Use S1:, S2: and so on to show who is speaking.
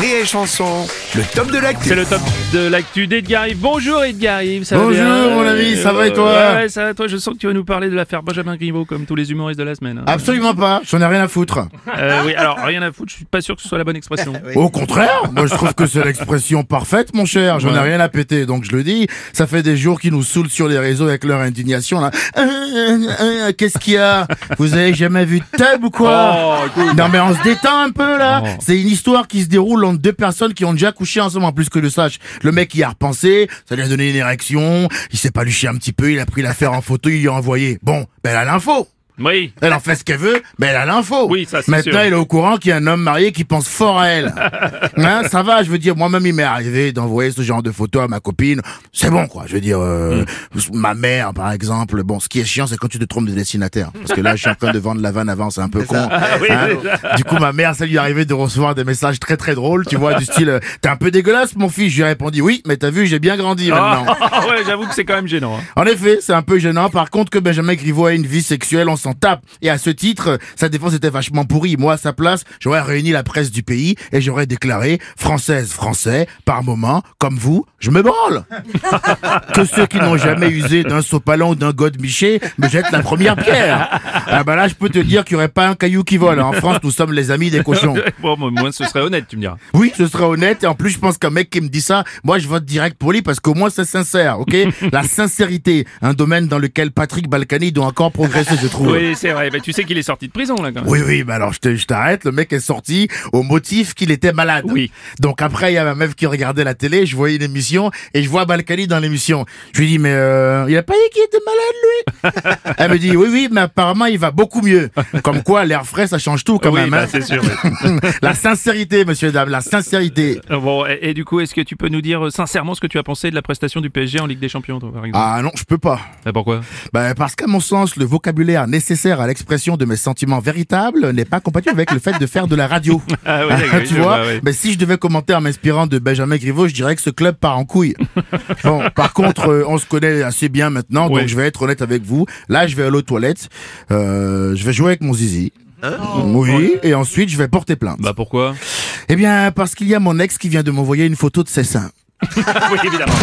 S1: Rire et chanson, le top de l'actu.
S2: C'est le top de l'actu d'Edgar Yves. Bonjour Edgar Yves, ça
S3: Bonjour,
S2: va bien
S3: mon ami, ça va et toi
S2: ouais, ouais, ça va toi, je sens que tu vas nous parler de l'affaire Benjamin Griveaux comme tous les humoristes de la semaine. hein.
S3: Absolument pas, j'en ai rien à foutre.
S2: Euh, oui, alors rien à foutre, je suis pas sûr que ce soit la bonne expression.
S3: Au contraire, moi je trouve que c'est l'expression parfaite, mon cher. J'en ai rien à péter, donc je le dis. Ça fait des jours qu'ils nous saoulent sur les réseaux avec leur indignation là. Euh, euh, euh, Qu'est-ce qu'il y a Vous avez jamais vu de table ou quoi Non mais on se détend un peu là. C'est une histoire qui se déroule entre deux personnes qui ont déjà couché ensemble, en plus que le sache. Le mec y a repensé, ça lui a donné une érection. Il s'est pas luché un petit peu, il a pris l'affaire en photo, il lui a envoyé. Bon, ben elle a l'info.
S2: Oui,
S3: Elle en fait ce qu'elle veut, mais elle a l'info.
S2: Oui, ça, c'est
S3: Maintenant,
S2: sûr.
S3: elle est au courant qu'il y a un homme marié qui pense fort à elle. Hein, ça va, je veux dire, moi-même, il m'est arrivé d'envoyer ce genre de photo à ma copine. C'est bon, quoi. Je veux dire, euh,
S2: Mm.
S3: ma mère, par exemple. Bon, ce qui est chiant, c'est quand tu te trompes de destinataire. Parce que là, je suis en train de vendre la vanne avant, c'est un peu con.
S2: oui,
S3: Hein.
S2: c'est
S3: du coup, ma mère, ça lui est arrivé de recevoir des messages très, très drôles, tu vois, du style, euh, t'es un peu dégueulasse, mon fils. Je lui ai répondu, oui, mais t'as vu, j'ai bien grandi maintenant.
S2: Oh, ouais, j'avoue que c'est quand même gênant. hein.
S3: En effet, c'est un peu gênant. Par contre, que Benjamin Griveaux ait une vie sexuelle, on s'en tape. Et à ce titre, euh, sa défense était vachement pourrie. Moi, à sa place, j'aurais réuni la presse du pays et j'aurais déclaré Française, Français, par moment, comme vous, je me branle. que ceux qui n'ont jamais usé d'un sopalin ou d'un godemiché me jettent la première pierre. Ah bah là, je peux te dire qu'il n'y aurait pas un caillou qui vole. En France, nous sommes les amis des cochons.
S2: Bon, moi, moi, ce serait honnête, tu me diras.
S3: Oui, ce sera honnête. Et en plus, je pense qu'un mec qui me dit ça, moi, je vote direct pour lui parce qu'au moins, c'est sincère, ok? La sincérité, un domaine dans lequel Patrick Balkany doit encore progresser, je trouve.
S2: Oui, c'est vrai, mais tu sais qu'il est sorti de prison là quand même.
S3: Oui, oui, mais alors je te- je t'arrête, le mec est sorti au motif qu'il était malade.
S2: Oui.
S3: Donc après, il y a ma meuf qui regardait la télé, je voyais une émission et je vois Balkany dans l'émission. Je lui dis, mais euh, il a pas dit qu'il était malade, lui Elle me dit, oui, oui, mais apparemment, il va beaucoup mieux. Comme quoi, l'air frais, ça change tout quand
S2: Oui,
S3: même.
S2: bah,
S3: hein.
S2: c'est sûr. oui.
S3: la sincérité, monsieur et dame, la sincérité.
S2: Bon, et, et du coup, est-ce que tu peux nous dire euh, sincèrement ce que tu as pensé de la prestation du PSG en Ligue des Champions, toi, par exemple
S3: Ah non, je peux pas.
S2: Ah, Pourquoi
S3: Ben, parce qu'à mon sens, le vocabulaire nécessaire à l'expression de mes sentiments véritables n'est pas compatible avec le fait de faire de la radio.
S2: Ah oui, d'accord,
S3: tu
S2: je
S3: vois,
S2: vois, oui.
S3: ben, si je devais commenter en m'inspirant de Benjamin Griveaux, je dirais que ce club part en couille. bon, par contre, euh, on se connaît assez bien maintenant,
S2: Oui.
S3: donc je vais être honnête avec vous. Là, je vais aller aux toilettes, euh, je vais jouer avec mon zizi. oui, et ensuite je vais porter plainte.
S2: Hein Oh. Bah pourquoi
S3: Eh bien, parce qu'il y a mon ex qui vient de m'envoyer une photo de ses seins.
S2: Oui, évidemment.